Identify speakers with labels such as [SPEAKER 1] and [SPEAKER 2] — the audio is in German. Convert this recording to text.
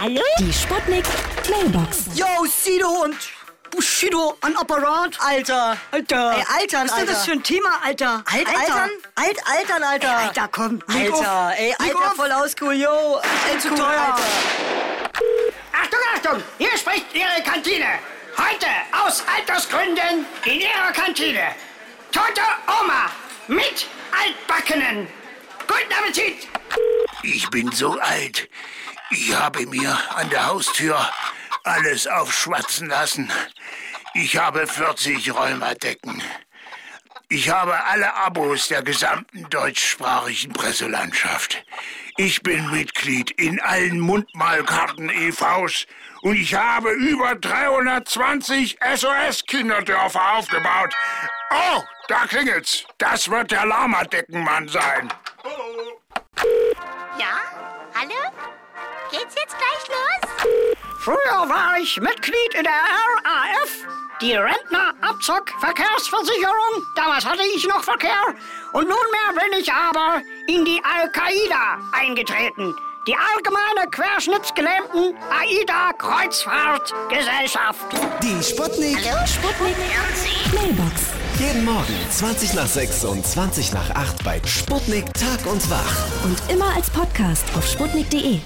[SPEAKER 1] Hallo?
[SPEAKER 2] Die Sputnik Mailbox.
[SPEAKER 3] Yo, Sido und Bushido an Apparat.
[SPEAKER 4] Alter.
[SPEAKER 3] Alter.
[SPEAKER 4] Ey, altern,
[SPEAKER 3] Was ist denn das
[SPEAKER 4] Alter.
[SPEAKER 3] für ein Thema, Alter?
[SPEAKER 4] Alt, altern? Alt, altern, Alter.
[SPEAKER 3] Alter, komm. leg
[SPEAKER 4] Alter,
[SPEAKER 3] auf.
[SPEAKER 4] ey,
[SPEAKER 3] Leg
[SPEAKER 4] Alter,
[SPEAKER 3] auf.
[SPEAKER 4] voll oldschool, yo. Ey, zu
[SPEAKER 3] Oldschool,
[SPEAKER 4] teuer.
[SPEAKER 3] Alter.
[SPEAKER 5] Achtung, Achtung! Hier spricht Ihre Kantine. Heute aus Altersgründen in Ihrer Kantine. Tote Oma mit Altbackenen. Guten Appetit!
[SPEAKER 6] Ich bin so alt. Ich habe mir an der Haustür alles aufschwatzen lassen. Ich habe 40 Rheumadecken. Ich habe alle Abos der gesamten deutschsprachigen Presselandschaft. Ich bin Mitglied in allen Mundmalkarten EVs und ich habe über 320 SOS-Kinderdörfer aufgebaut. Oh, da klingelt's. Das wird der Lamadeckenmann sein.
[SPEAKER 1] Ja? Hallo? Geht's jetzt gleich los?
[SPEAKER 5] Früher war ich Mitglied in der RAF, die Rentnerabzug-Verkehrsversicherung. Damals hatte ich noch Verkehr. Und nunmehr bin ich aber in die Al-Qaida eingetreten. Die allgemeine querschnittsgelähmten AIDA-Kreuzfahrtgesellschaft.
[SPEAKER 7] Die Sputnik.
[SPEAKER 2] Sputnik Mailbox.
[SPEAKER 7] Jeden Morgen 20 nach 6 und 20 nach 8 bei Sputnik Tag und Wach.
[SPEAKER 2] Und immer als Podcast auf sputnik.de.